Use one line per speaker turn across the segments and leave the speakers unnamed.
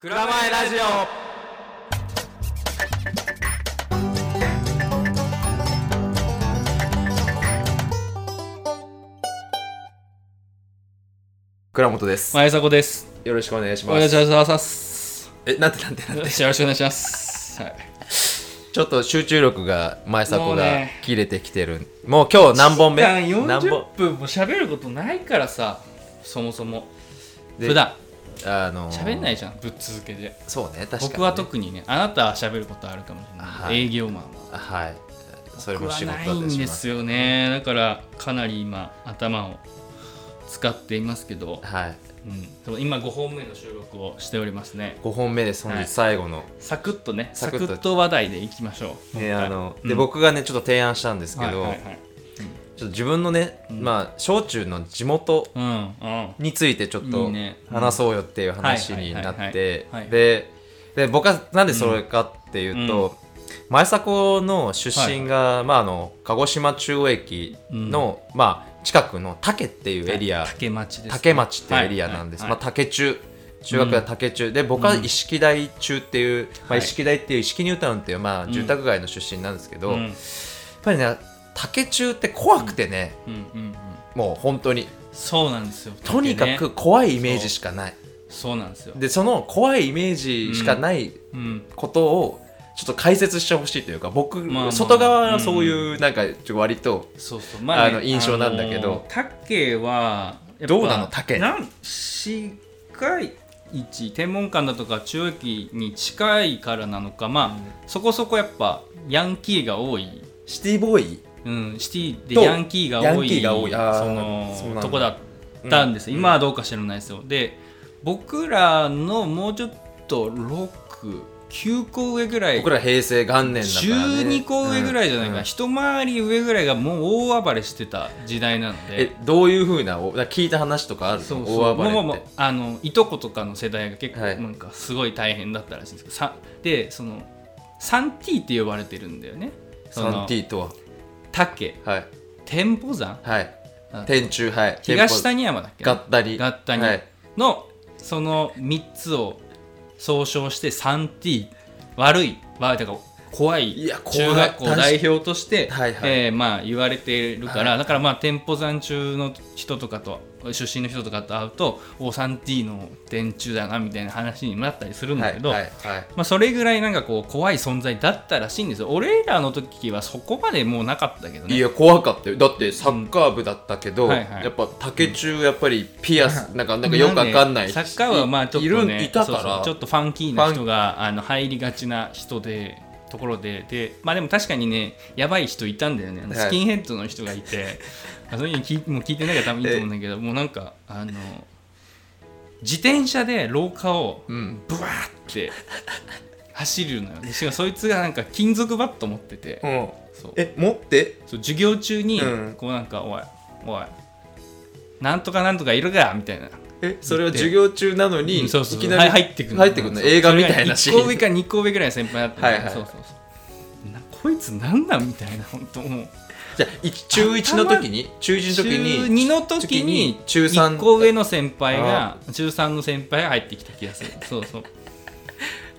蔵前ラジオ
倉本です、
まあ、やさこです。
よろしくお願いし
お
ま
願い
す
します。
えなんてなんてなんて
よろしくお願いします。はい。
ちょっと集中力が前
も
迫
う
が
ね
切れてきてるもう今日何本目
普段
何本
40分も喋ることないからさ、そもそも。
で
普段
あのー
喋んないじゃん、ぶっ続けで。
そうね確かにね、
僕は特にね、あなたは喋ることあるかもしれないけど、
はい
営業マンは。
はいそれ
僕
も
は
仕事だっ
ない
たり
ん
し
で
ます
すよね。だから、かなり今、頭を使っていますけど、
はい
うん、でも今5本目の収録をしておりますね。
5本目です本日最後の、
サクッとね、
サ
サ
ク
ク
ッと
ッと話題でいきましょう。
ねあので、
うん
僕がねちょっと提案したんですけど、
はいはいはい
ちょっと自分のね、
ん
まあ小中の地元
うんうん。
についてちょっ
い
と
いねうん
話そうよっていう話にな
は
っ
いはいはい
て
はいはい
でで僕はなんでそれかっていうと、前迫の出身が、まあ、あの鹿児島中央駅の、まあ、近くの竹っていうエリア、
竹町です、
竹町っていうエリアなんです、
はいはい
まあ、竹中中学は竹中、で僕は一色台中っていう、まあ、
はい
一色台っていう一色ニュータウンっていう、まあ、
ん
住宅街の出身なんですけど、
うん
やっぱりね竹中って怖くてね、
うんうんうん、
もう本当に
そうなんですよ
とにか
竹
く
ね
怖いイメージしかない。
そうなんですよ、
でその怖いイメージしかない
うん、
ことをちょっと解説してほしいというか僕、
まあまあ
外側はそういうなんかちょっと割と、
そうそうまあね、
あの印象なんだけど
あの竹はやっぱ
どうなの竹
なん市街地天文館だとか中央駅に近いからなのかまあ、そこそこやっぱヤンキーが多い、
シティボーイ
うん、シティ
と
でヤンキーが多い
ヤンキーが多いあー
そ
そうなん
の
だ
とこだったんです、
うん
今はどうか知らないですよで僕らのもうちょっと69個上ぐらい
僕ら平成元年だから、ね、
12個上ぐらいじゃないか、
うんうん
一回り上ぐらいがもう大暴れしてた時代なの
え
で
どういうふうなおだから聞いた話とかあるの
そうそう
大暴れって
もうもうもうあのいとことかの世代が結構
はい
なんかすごい大変だったらしいんですけど、さでその 3T って呼ばれてるんだよねその
3T とは
竹
はい
天保山
はい
あ
天中はい
東
に
谷山だっけ
合体
合体
はい
のその3つを総称して 3T 悪いまあだから怖い
いや怖い
中学校
確か
代表として、
はいはい
えーまあ、言われてるから、
はい
だからまあ店舗山中の人とかと出身の人とかと会うと「お 3T の電柱だな」みたいな話になったりするん
は
だ
い
けど、
はいはい
まあ、それぐらいなんかこう怖い存在だったらしいんですよ俺らの時はそこまでもうなかったけどね
いや怖かったよだってサッカー部だったけど、
うんはいはい
やっぱ竹中やっぱりピアス、なんかなんかよくわかんない、
サッカーはまあちょっとね
いるいたから
そうそうちょっとファンキーな人があの入りがちな人でところででまあでも確かにねやばい人いたんだよねあの
はい
スキンヘッドの人がいて、あそれに聞いもう聞いてないから多分いいと思うんだけどもうなんかあの自転車で廊下を
うん
ブワーって走るのよでしかもそいつがなんか金属バット持ってて、
うん、
そう
え持って
そう授業中に
うん
こうなんか「おいおいなんとかなんとかいるか」みたいな。
えそれは授業中なのに
うんそうそう
いきなり
はい入ってくる
入ってくるの映画みたいなシ
1個
ー
上
ン
か2個上ぐらいの先輩だったんだけど
はいはい
そうそうそうなこいつなんなんみたいな本当もう
じゃあい中1の時に中1の時
中
に
2の時に
中3
1個上の先輩が中3の先輩が入ってきた気がするそうそう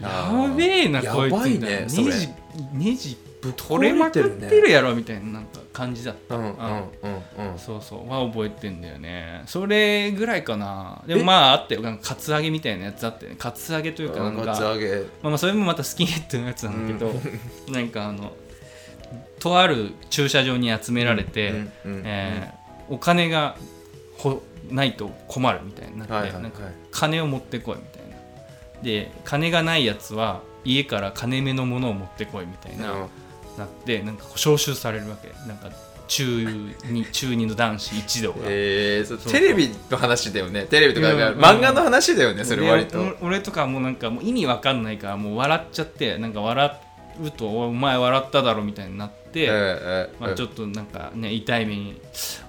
あー
やべえな
や
こいつ
ばいね
みたいな
それ
ネジネジ
ぶっ
取れまくってるやろみたいななんか感じだった
うんうんうんうん
そうそうは覚えてんだよねそれぐらいかなでもまああったよなんかカツアゲみたいなやつあってねカツアゲというかなん
うん
か
カツアゲ
まあ、まあそれもまたスキンヘッドのやつなんだけど、なんかあのとある駐車場に集められて、
うんうんうん
えーお金がほないと困るみたいになって、
はいはいはい
なんか金を持ってこいみたいなで金がないやつは家から金目のものを持ってこいみたいな、
うん
なってなんかこう招集されるわけなんか中二中二の男子一同が。
えーそう
そう
テレビの話だよねテレビとか、
うん
漫画の話だよねそれ割と、
でお俺とかもうなんかもう意味わかんないからもう笑っちゃってなんか笑うとおいお前笑っただろみたいになって、
え
まあ、ちょ
っ
っとなんかね痛い目に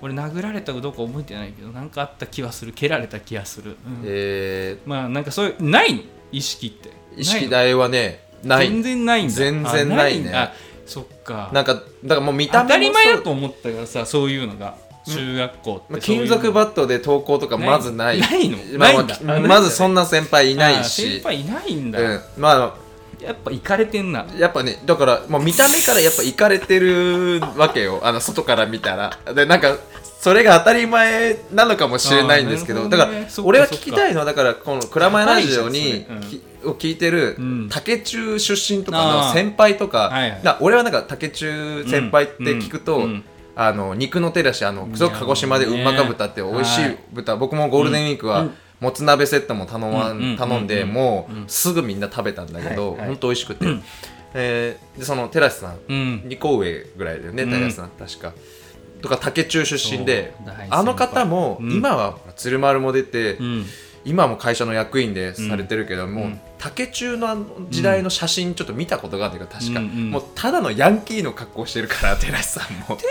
俺殴られたかどうか覚えてないけどなんかあった気はする蹴られた気がする、うん
え
まあなんかそういうないの意識って
ー、意識
ない
代はね
の
ない
全然ないんだ
全然
あ
ないね
んだあそっか
なんかだからもう見た目
当
も
たり前
そう
だと思ったからさそういうのが中学校っ
まあ
てそういう
金属バットで投稿とかまずない
ないの
まあ
ないんだ
まあまずそんな先輩いないし
先輩いないんだ、
うん、ま
やっぱ行かれてんな
あやっぱねだから、まあ、見た目からやっぱいかれてるわけ よあの外から見たらでなんかそれが当たり前なのかもしれないんですけど
あーな
だ
る
か
ほどね
ら
そっか
俺は聞きたいのはだからこの「蔵前ラジオ
や
に」
ばいじゃんそれ
きを聞いてる
うん
竹中出身とか
あー
の先輩とか,、
はいはい
だ俺はなんか竹中先輩って聞くと、
うんうん
あの肉の手だしあのそう鹿児島でうまか豚って美味しい豚、僕もゴールデンウィークは、
うん
もつ鍋セットも頼,、わ
うんうん
ん、頼んで、
うん
も
うん
うすぐみんな食べたんだけど、
はいはい
ほんと美味しくて、えーでそのテラスさん
うん
2個上ぐらいだよね
うん
テラスさん確か。とか竹中出身で
そう大先輩
あの方も、
うん
今は鶴丸も出て、
うん
今も会社の役員でされてるけど、もう、
うん
竹中のあの時代の写真ちょっと見たことがあるんだけど確か、
うんうん
もうただのヤンキーの格好してるからテラスさん も。
テ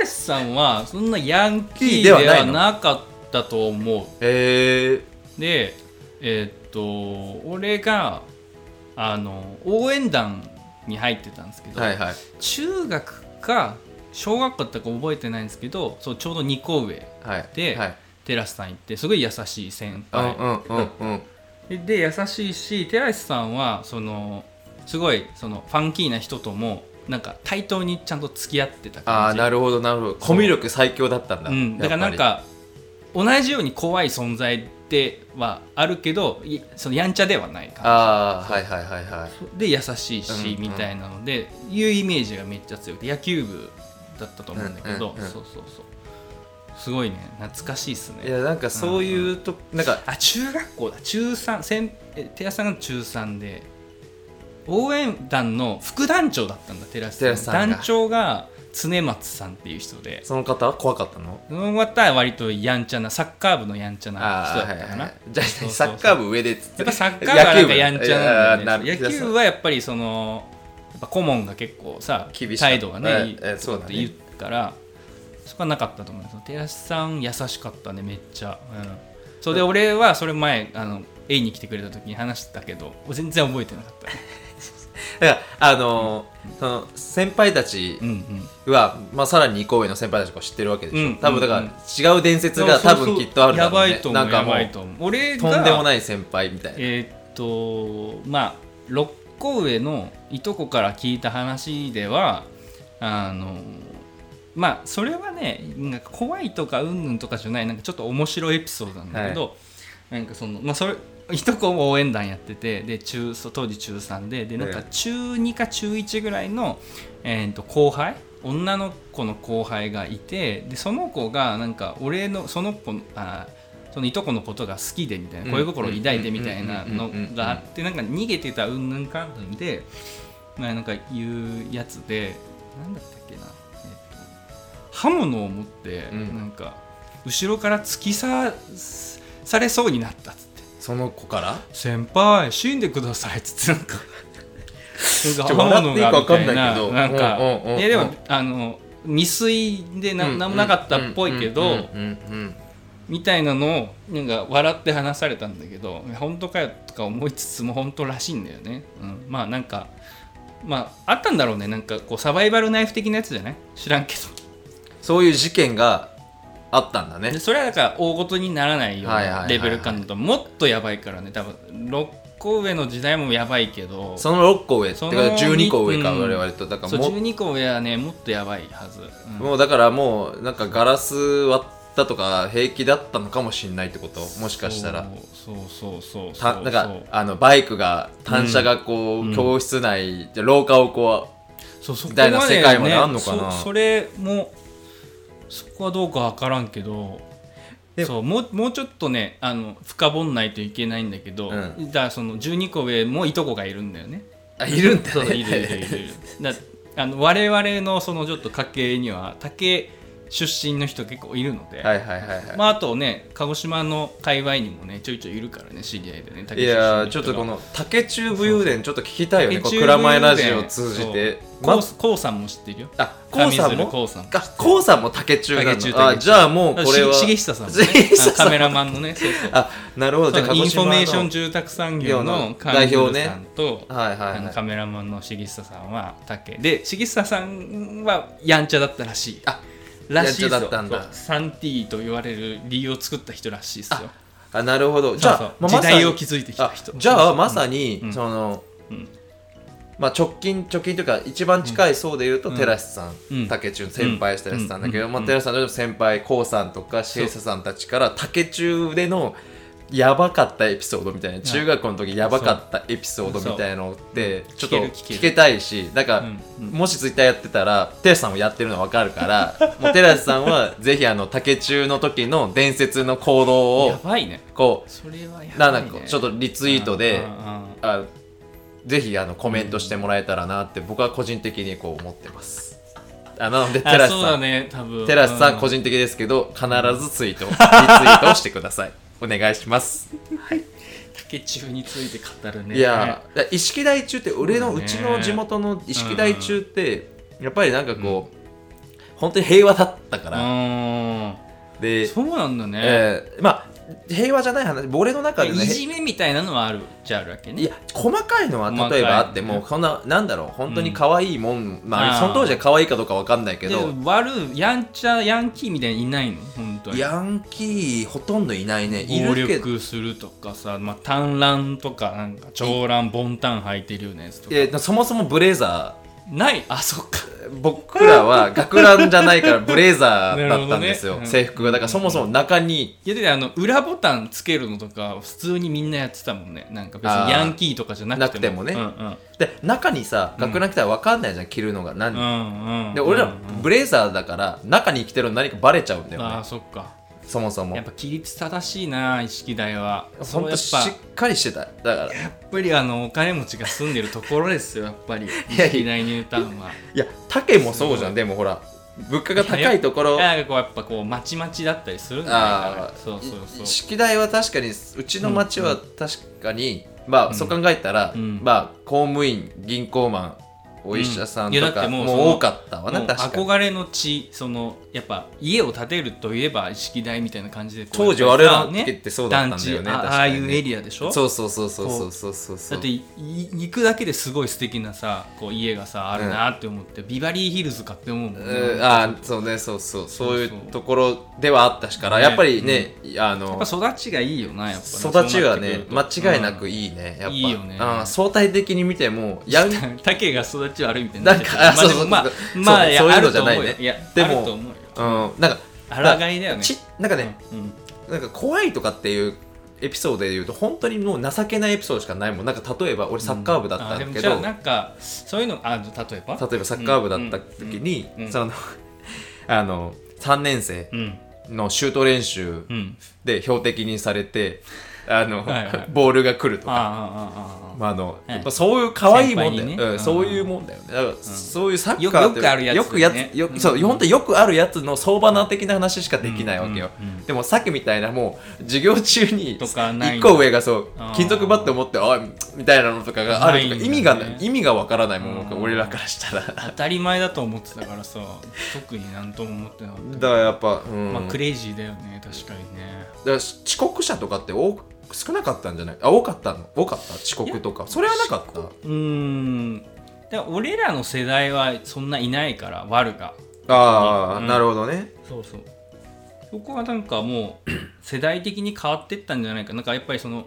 ラスさんはそんなヤンキーで
ではな
はい
の
なかったと思
え
うでえーっと俺があの応援団に入ってたんですけ
ー、
ど、
はいはい
中学か小学校だったか覚えてないんですけどそうちょうど2校上
はい
で
はい、
テラスさん行ってすごい優しい先
うん
輩
うんうんうん
でで優しいし寺石さんはそのすごいそのファンキーな人ともなんか対等にちゃんと付き合ってた
あ
感
あ
じ
なるほどなるほどコミュ力最強だったんだ、
うん、だからなん
やっ
か同じように怖い存在ではあるけどいそのやんちゃではない
ぱり
か
ああはいはいはいはい
で優しいし、
うんうん
みたいなのでいうイメージがめっちゃ強くて野球部だったと思うんだけど、
うんうんうん
そうそうそうすごいね懐かしいっす
い
ね
やなんかそういうと、なんか
あ中学校だ中3先え寺さんが中3で応援団の副団長だったんだ寺さん
寺さんが
団長が常松さんっていう人で
その方は怖かったの
その方は割とやんちゃなサッカー部のやんちゃな
あ
人
あは
だっ
い
た
は
か
い
な、
はいじゃあ
そうそう
サッカー部上でっつって
やっぱサッカー部はなんかやんちゃなんだよ
野球部
ね
いやー
野
なる
球はやっぱりそのやっぱ顧問が結構さ
厳しい
態度がねいい
ええそ
と
う
か
だ
って
ね
言うからそこはなかったと思うんですよ寺師さん優しかったねめっちゃ、うん、それで俺はそれ前あの A に来てくれた時に話したけど全然覚えてなかった
だからあのーその先輩たち
うんうん
は、まあ、さらに二個上の先輩たちが知ってるわけでしょ、
うん
多分だから違う伝説が多分きっとあるだ
や
ろう
ば
ね
いと思
な
うん
か
や
も
ばいうと思う俺が
とんでもない先輩みたいな、
えーっとまあ六個上のいとこから聞いた話ではあのまあそれはねなんか怖いとかうんぬんとかじゃないなんかちょっと面白いエピソードなんだけど、なんかそのまあそれいとこも応援団やっててで中そう当時中3ででなんか
ええ
中2か中1ぐらいの、えーっと後輩女の子の後輩がいてでその子がなんか俺のその子のあそのいとこのことが好きでみたいな恋心を抱いてみたいなのがあってなんか逃げてたうんぬんかんぬんでまあなんか言うやつでなんだったっけな、えっと、刃物を持って
うん
なんか後ろから突き刺されそうになったっつって
その子から
「先輩死んでください」っつってなんか。なん
ちょっと笑っていいか分かん
刃物
ないけ
が
ど
みたいなんか
うんうんうんうん
いやでもあの未遂でななんもなかったっぽいけ
うん
ど
うんうんうん
みたいなのをなんか笑って話されたんだけどいや本当かよとか思いつつも本当らしいんだよね、うん、まあなんかまああったんだろうねなんかこうサバイバルナイフ的なやつじゃない知らんけ
そういう事件があったんだ
どで
ね。
それはだから大ごとにならないよう
はいはいはい
な
はい
レベル感だともっとやばいからね多分6個上の時代もやばいけど
その6個上って
そ
か
の
12個上か
うん
我々とだから
そう
もう
12個上はねもっとやばいはず、うん
もうだからもうなんかガラス割ったとか平気だったのかもしれないってこともしかしたら
そうそうそうそうそう
たなんかあのバイクが単車がこう、
うん
教室内で廊下をこ
そうそこ
みたいな
まで
世界まであんのかな
ねそそれもそこはどうかわからんけど
で
そうもうもうちょっとねあの深掘んないといけないんだけど、
う
だからその12個上もいとこがいるんだよね。
うあいるんだ
そう
ね
いる いるいるいるだあの我々のそのちょっと家系には竹出身の人結構いるので、
はいはいはいはい、
まあ、あとね鹿児島の界隈にもねちょいちょいいるからね知り合いでね竹
い
出
や
身の人が
ーちょっとこの竹中武勇伝ちょっと聞きたいよね
竹
こ
中
う蔵前ラジオを通じて
そうこ
ま
うこうさんも知ってるよ
あこうさんも
上水流こうさん
あこうさんも竹中なの
竹中竹中
あじゃあもうこれは
し重久さん もね
重久さん
あカメラマンのねそうそう
あなるほどじゃあ
そ
鹿
うイ
児
ンフ
島
ォ
の
メーション住宅産業の
代表ね
菅さんと、
はいは
あ
い、
の
は
カ
い、
メラマンの重久さんは竹で重久さんはやんちゃだったらしい
あ
らしいです
やんちゃだ
よ
ったんだ
サンティと言われる理由を作った人らしいですよ
あなるほどじゃあ
そうそう
まあ
時代
まさ
を
に
築いてきた
あ
人
じゃあまさに、
うん
その、
うん
まあ、直近直近というか一番近い層で言うと、
うん
寺師さん、
うん
竹中先輩した寺師さんだけど、
うん
まあ、
うん
寺師さんの先輩こうさんとかシエサさんたちから竹中でのやばかったエピソードみたいな中学校の時やばかったエピソードみたいなのってちょっと
聞ける聞ける
聞けたいしなんか、
うんうん
もしツイッターやってたらテラスさんもやってるの分かるから もうテラスさんはぜひあの竹中の時の伝説の行動
や
を
ばいね
こ
それはや
う
ばい、ね、
なんかちょっとリツイートで
うんうんうん
あぜひあのコメントしてもらえたらなって僕は個人的にこう思ってますあなのでテ
あ
ラス
そう
さ
だ
ん、
ね多分
テラスさん個人的ですけど必ずツイートリツイートをしてください お願いします、
竹中について語るね
いやーだから意識台中って俺のうちの地元の意識台中ってやっぱりなんかこう、本当に平和だったから、
う
で、
んそうなんだね、
えーまあ平和じゃない話俺の中でね
いじめみたいなのはあるじゃあるわけね
いや細かいのは
細か
例
い
えばあってもこんななんだろう本当に可愛いもん、ま
あ
あ
ー
その当時は可愛いかどうかわかんないけど
で悪いやんちゃヤンキーみたいにいないの本当に
ヤンキーほとんどいないねい
暴
るけど
力するとかさ、まあ、短乱とかなんか長乱ボンタン履いてるようなやつとか
えーそもそもブレザ
ないあそっか
ー僕らは学ランじゃないからブレザーだったんです
な
よ、
るほどね
制服がだからそもそも中に
いやであの裏ボタンつけるのとか普通にみんなやってたもんねなんか別
あー
にヤンキーとかじゃなくても
なくても
ね
で中にさ学ラン着たらわかんないじゃん着るのが
う
何、
んうんうんうん
で俺
うん
ら
うん
ブレザーだから中に着てるの何かバレちゃうんだよ
あ
ね
あそっか
そもそも
やっぱ規律正しいな意識代は
ほん
や
と
っ
し
ぱ
っかりしてただから
やっぱりあのお金持ちが住んでるところですよやっぱり意
や
識代ニュータウンはい
や竹もそうじゃんでもほら物価が高いところ
なんかこうやっぱこうまちまちだったりするんだ
あ
か
あ
らそうそうそう
式台は確かにうちの町は確かに、まあそう考えたら、
うん
まあ公務員銀行マンお医者さんと
うんいやだっ
か、
て
もう
もうその
多かったわ
も
な
う
確かに
憧れの地そのやっぱ家を建てるといえば意識代みたいな感じでこう
当時
やっ
我
ぱりさ
らの時ってそうだったんだよね
団地
確
ああ
か
あ
にね
いうエリアでしょ
そうそうそうそうそうそうそうそ
だ
う
っていい行くだけですごい素敵なさこう家がさあるなって思って、ビバリーヒルズかって思うもんね
うん
や
あ
っ
ーそうねそうそうそういう
そうそう
ところではあったしから、
ね
やっぱりね、あの
ぱ育ちがいいよなやっぱな
育ちはね
そうな
間
ってくると
違いなくいいね、やっぱ
いいよね
うん相対的に見てもヤ ン
うん竹が育ち悪いみたいに
な
なっ
ん
てる
か、あ
まあ
そう
で
そ
も
う、
まあ
そう
まあいや
そういう
あ
の
る
じ
と
ゃな
思
いう
よ
ね。
いや
で
ある
も
と思うよ
うん、なんか、
抗いだよね
ち、なんかね、
うんうん
なんか怖いとかっていうエピソードで言うと、本当にもう情けないエピソードしかないもん。なんか例えば、俺サッカー部だったんだ
あで
け
もじゃ
ど、
あなんかそういうのあ例えば
例えばサッカー部だった時に
うんう、ん
その、あの、3年生
うん
のシュート練習
うん
で標的にされて、あの
はいはい、
ボールが来ると
ああ
か。
ああああ
まああの
はい
やっぱそういう可愛いもんだよ、
先輩にね
うん
うん
そういうもんだよねだからそういうサッ
よく
カーって
よくあるやつ
よくや
ね
つよ
うん
そう本当によくあるやつの相場な的な話しかできないわけよ、
うんうんうん
でもさっきみたいなもう授業中に
とかない
一個上がそう
あー
金属バット持って「おい」みたいなのとかがあるとか、
ないんだね
意味がない意味がわからないも
うん
ん俺らからした らだか
当たり前だと思ってたからさ特になんとも思ってなかった
らやっぱ、うん
まあ
だ
ク
か
レイジーだよね確かにね
ら遅刻者とかって多少なかったんじゃないあ多かったの多かった遅刻とかそれはなかった
うーんだから俺らの世代はそんないないから悪が
ああ、
うん
なるほどね
そうそうそこはなんかも う世代的に変わってったんじゃないかなんかやっぱりその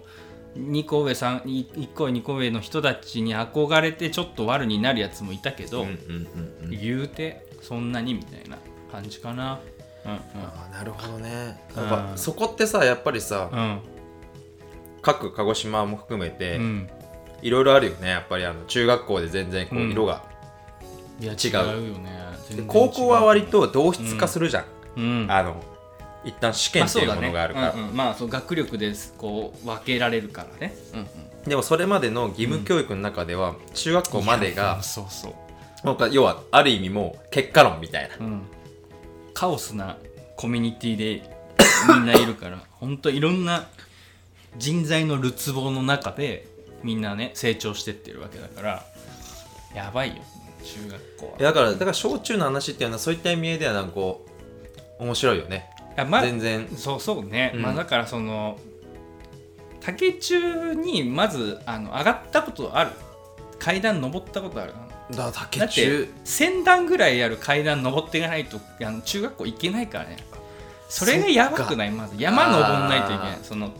2個上3 1個上2個上の人たちに憧れてちょっと悪になるやつもいたけど、
うんうんうんうん
言うてそんなにみたいな感じかなうん
あーなるほどね
うん
やっぱそこってさやっぱりさ、
うん
各鹿児島も含め
う
て
ん、
いろいろあるよねやっぱりあの中学校で全然こう
うん
色が、
いや違
違う
うよね全
で
然違う
高校は割と同質化するじゃん、
うん
あの一旦試験っていうものがあるから、
まあそうだねうんうんまあそう学力でこう分けられるからね、うんうん、
でもそれまでの義務教育の中では中学校まで
い
が
やそうそう、
なんか要はある意味もう結果論みたいな
うん、カオスなコミュニティでみんないるから 本当いろんな人材のるつぼの中でみんなね成長してってるわけだからやばいよ中学校はい
やだからだから小中の話っていうのはそういった意味合いではなんかこう面白いよね、
いやまあ
全然
そうそうね、
うん
まあだからその竹中にまずあの上がったことある階段登ったことある
だ竹
だって
中
1000段ぐらいある階段登っていかないとあの中学校行けないからねそれがやばくないまず山登んないといけない
あー
その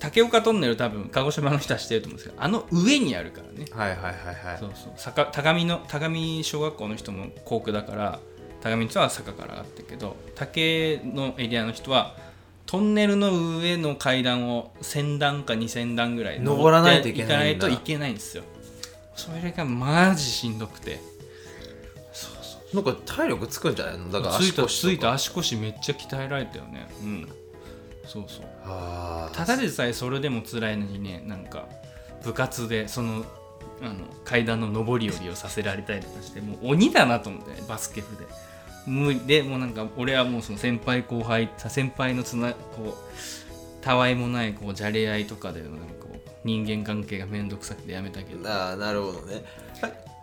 竹岡トンネル多分鹿児島の人は知ってると思うんですけどあの上にあるからね
はいはいはいはい
そうそう坂高見の高見小学校の人も校区だから高見の人は坂から上がってるけど竹のエリアの人はトンネルの上の階段を1000段か2000段ぐらい
登らないといけないん
行
だ
かないといけないんですよそれがマジしんどくてそうそう
なんか体力つくんじゃないのだから
つい
足
た
腰
つい
とか
た足腰めっちゃ鍛えられたよねうんそうそう
あー
ただでさえそれでも辛いのにねなんか部活でそのあの階段の上り下りをさせられたりとかしてもう鬼だなと思って、ね、バスケ部で。無理でもうなんか俺はもうその先輩後輩先輩のつなこうたわいもないこうじゃれ合いとかでなんかこう人間関係が面倒くさくてやめたけど
あーなるほどね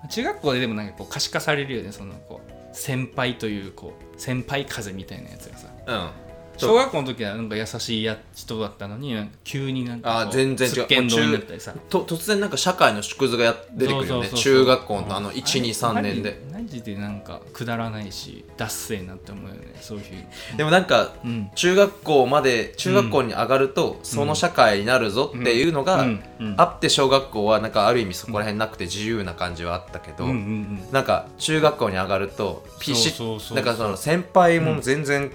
中学校ででもなんかこう可視化されるよねそのこう先輩というこう先輩風みたいなやつがさ
うん
小学校の時はなんか優しいや人だったのになんか急になんかこう
あ全然違う
すっけんどになったりさ
と突然なんか社会の縮図がや出てくる
そ
よ
うそう
ね
そう
中学校のあ
う
の
ん
123年で
マジマジでなんかくだらないし脱線なって思うよねそういう
でもなんか
うん
中学校まで中学校に上がるとその社会になるぞっていうのが
うんうん
あって小学校はなんかある意味そこら辺なくて自由な感じはあったけど
うんうんうん
なんか中学校に上がるとピシ
そうそうそう
ッなんかその先輩も全然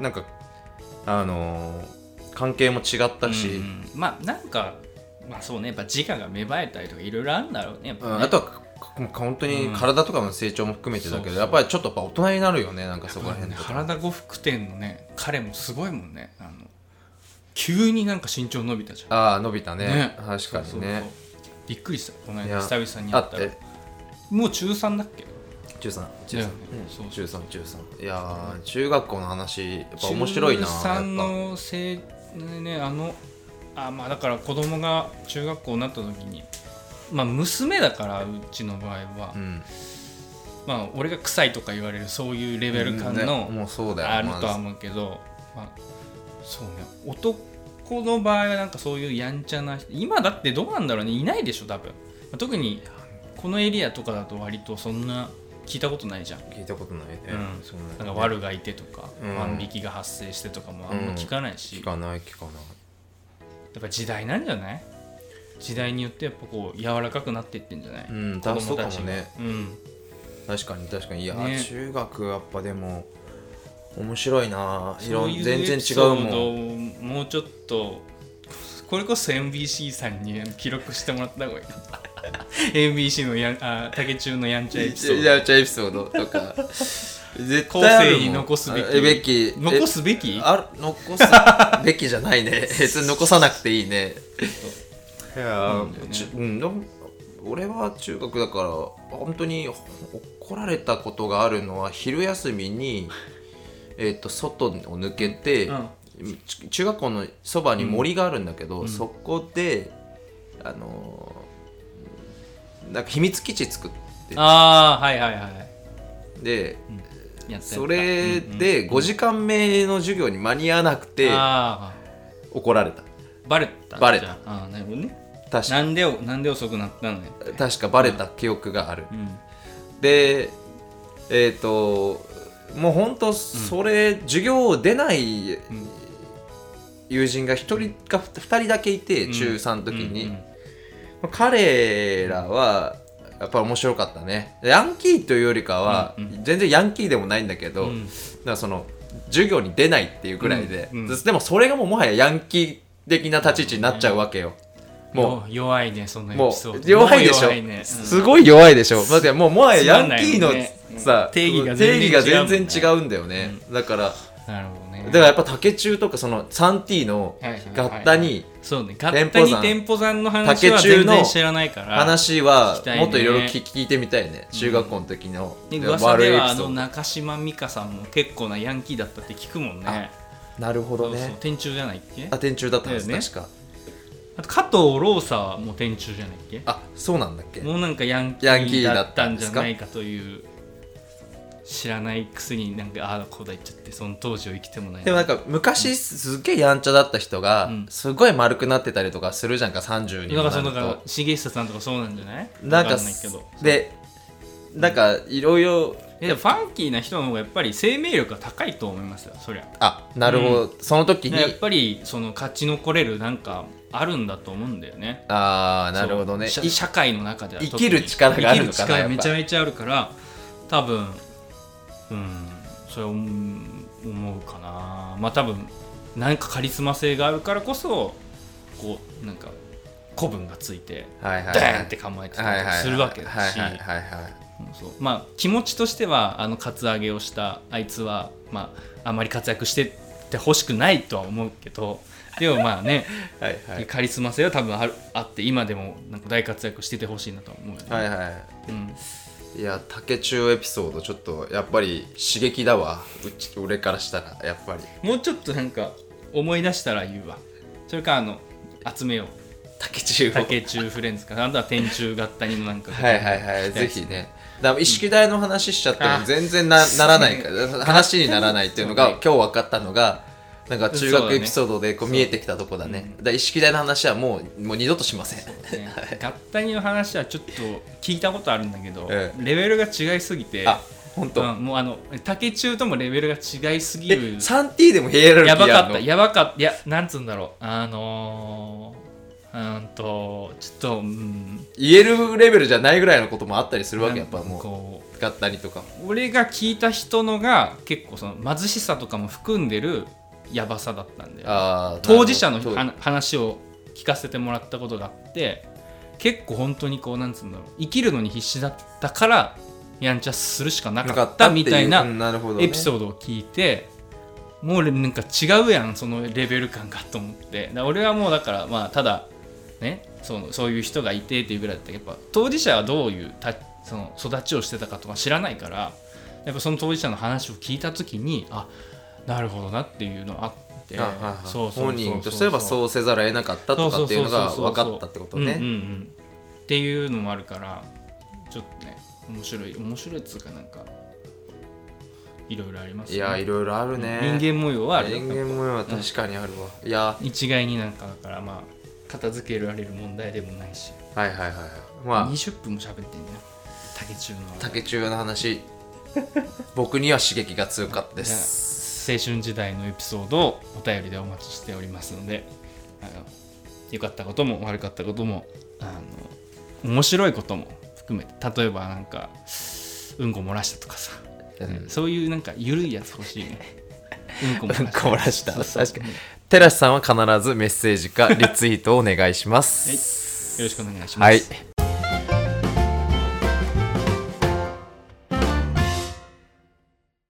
なんかあのー関係も違ったし、
うんうんまあなんかまあそうねやっぱ自我が芽生えたりとかいろいろあるんだろうねやっぱ
う
ね
ん、あとはかか本当に体とかの成長も含めてだけど、
うん
やっぱりちょっとやっぱ大人になるよねなんかそこら辺とか、
原田呉服店のね彼もすごいもんねあの急になんか身長伸びたじゃん
ああ伸びたね
ね
確かにね
そうそうそうびっくりしたこの
い
間
や
久々に
あ
会
った
っら
て
もう中3だっけ
中三
だ
中
よ
三
ねそうそう
中三中三いやー中学校の話やっぱ面白いな
中3
やっ
のせいねあのあまあだから子供が中学校になった時にまあ娘だからうちの場合は、
ぱうん
まあ俺が臭いとか言われるそういうレベル感
ね
の
もうそうだよ
あるとは
ま
思うけど、まあ、そうね男の場合はなんかそういうやんちゃな人今だってどうなんだろうねいないでしょ多分まあ特にこのエリアとかだと割とそんな聞いたことないじゃん
ず聞いたことないね、
うん
そんな
なん
の
か悪がいてとか、
うん
万引きが発生してとかもあんま聞かないし、
聞かない聞かない
やっぱ時代なんじゃない時代によってやっぱこう柔らかくなっていってんじゃない、
うん
子
だそ
供
うか
た
も
ちが
ね
うん
確かに確かにいや、
ね
中学やっぱでも面白いないろ
そうんいう
全然違う
エ
も
ピ
ん
ソードをもうちょっとこれこそ MBC さんに記録してもらった方がいい MBC のやんあ竹中のやんちゃエピソー
や
ド
っちゃうエピソードと か絶
後
対あるも
世
ん
に残すべき
えべき
残
え
すべき
ある残 すべきじゃないね別に残さなくていいねいや
うんだよね
ちうんでも俺は中学だから本当にほ怒られたことがあるのは昼休み に、えっと外を抜けて、
うん
ち中学校のそばに森があるんだけど、
うん
そこであのーなんか秘密基地作って
ああはいはいはい
で
やったやった
それ
うん
で5時間目の授業に間に合わなくて
あ
怒られた
あバレた
バレた
じゃああーなるほどね
確か
なんでおなんで遅くなったのよって
確かバレた記憶がある
うん
でえっ、ともう本当それ、授業出ない
ん
友人が1人か2人だけいて、
うん
中3の時に、
うんうん
彼らはやっぱり面白かったねヤンキーというよりかは、
うん
全然ヤンキーでもないんだけど、
うん
だからその授業に出ないっていうぐらいで、
うんうん
でもそれがもうもはやヤンキー的な立ち位置になっちゃうわけよ、も
よ弱いねその
う
エ
も
ピソー
う
ド
弱いでしょ、
もう弱いねうん
すごい弱いでしょだってもうもはやヤンキーの
つまんないよね
さ、
うん定義が
定義が
全然違うもんね
全然違うんだよね、だから
なるほどね
だからやっぱ竹中とかその 3T の
はいはいはい
合体に
そうね合
店
体
舗
に
山
店舗さんの話は
竹中
全
の
然知らないから
話は
聞きたいね
もっといろいろ聞聞いてみたいね中学校の時の
で噂ではあの
ド
中島美香さんも結構なヤンキーだったって聞くもんね
なるほど
そうそう
ね
天中じゃないっけ
あ天中だったんです
だよね
確か
あと加藤ローサはもう天中じゃないっけ
あそうなんだっけ
もうなんかヤンキ
ヤンキ
ー
ー
だ
だ
っ
ったた
ん
ん
じ
で
ゃ
すか
ないかという知らないくせになんかああだこうだ言っちゃってその当時を生きてもない
でもなんか昔すっげえやんちゃだった人が
うん
すごい丸くなってたりとかするじゃんか30に
だ
もな
からそ
る
のだから
と
重久さんとかそうなんじゃない
なん
わ
か
んないけど
でなんかいろいろ
えでもファンキーな人の方がやっぱり生命力が高いと思いますよそりゃ
あなるほど、その時に
やっぱりその勝ち残れるなんかあるんだと思うんだよね
ああなるほどね
そう
い
社社会の中では
生きる力があるのかな
生きる力
やっぱ
めちゃめちゃあるから多分うんそれをうん思うかなまあ多分なんかカリスマ性があるからこそこうなんか古文がついて
はい
ダ
はいはい
ーンって構えてたりとかするわけだし
はいはいはいはいはい
うんそうまあ気持ちとしてはあのカツアゲをしたあいつはまああまり活躍してってほしくないとは思うけどでもまあね
はい はい
カリスマ性は多分あるあって今でもなんか大活躍しててほしいなとは思うよね、
はいは
うん、
いいや竹中エピソードちょっとやっぱり刺激だわうち俺からしたらやっぱり
もうちょっとなんか思い出したら言うわそれからあの集めよう
竹中を
竹中フレンズかあとは天中合体にもなんか
はいはい はいぜひねだから意識大の話しちゃっても全然 なならないから話にならないっていうのが
そうね
今日分かったのがなんか中
そうだ
学
ね
エピソードでこう見えてきたとこだねだから意識大の話はもうもう二度としません
ね合体の話はちょっと聞いたことあるんだけど、
え
レベルが違いすぎて
あ本当
うん、もうあの竹中ともレベルが違いすぎ
え
る
3T でもヘイエラルキ
やば
ー
か
あ
っ
る
た
の
やばかったいやなんつうんだろうあのー、うーんとちょっとうん
言えるレベルじゃないぐらいのこともあったりするわけやっぱもう
こう
使ったりとか
俺が聞いた人のが結構その貧しさとかも含んでるやばさだったんだよ
あー
当事者の
なるほど
話話を聞かせてもらったことがあって結構本当にこうなんつうんだろう生きるのに必死だったからやんちゃするしかなかったみたいなエピ
ー
ソードを聞いてもう俺なんか違うやんそのレベル感がと思ってだから俺はもうだからまあただねそのそういう人がいてっていうぐらいだったけどやっぱ当事者はどういうたその育ちをしてたかとか知らないからやっぱその当事者の話を聞いた時にあなるほどなっていうのあって
ドはいはい
そうそうそうそう
本人とすればそうせざるを得なかったとかっていうのが分かったってこと
うんうん
ね
うんっていうのもあるからちょっとね面白い面白いっつうかなんかいろいろあります
いやいろいろあるね
人間模様はある
人間模様は確かにあるわいや
一概になんかだからまあ片付けられる問題でもないし
はいはいはいはいまあ
20分も喋ってんだよ竹中の
竹中の話 僕には刺激が強かったです
青春時代のエピソードをお便りでお待ちしておりますのであの良かったことも悪かったこともあの面白いことも含めて例えばなんかうんこ漏らしたとかさ、
うん
そういうなんか緩いやつ欲しいねうんこ
うんこ漏らした
そうそう
確かにテラシさんは必ずメッセージかリツイートをお願いします
よろしくお願いします、
はい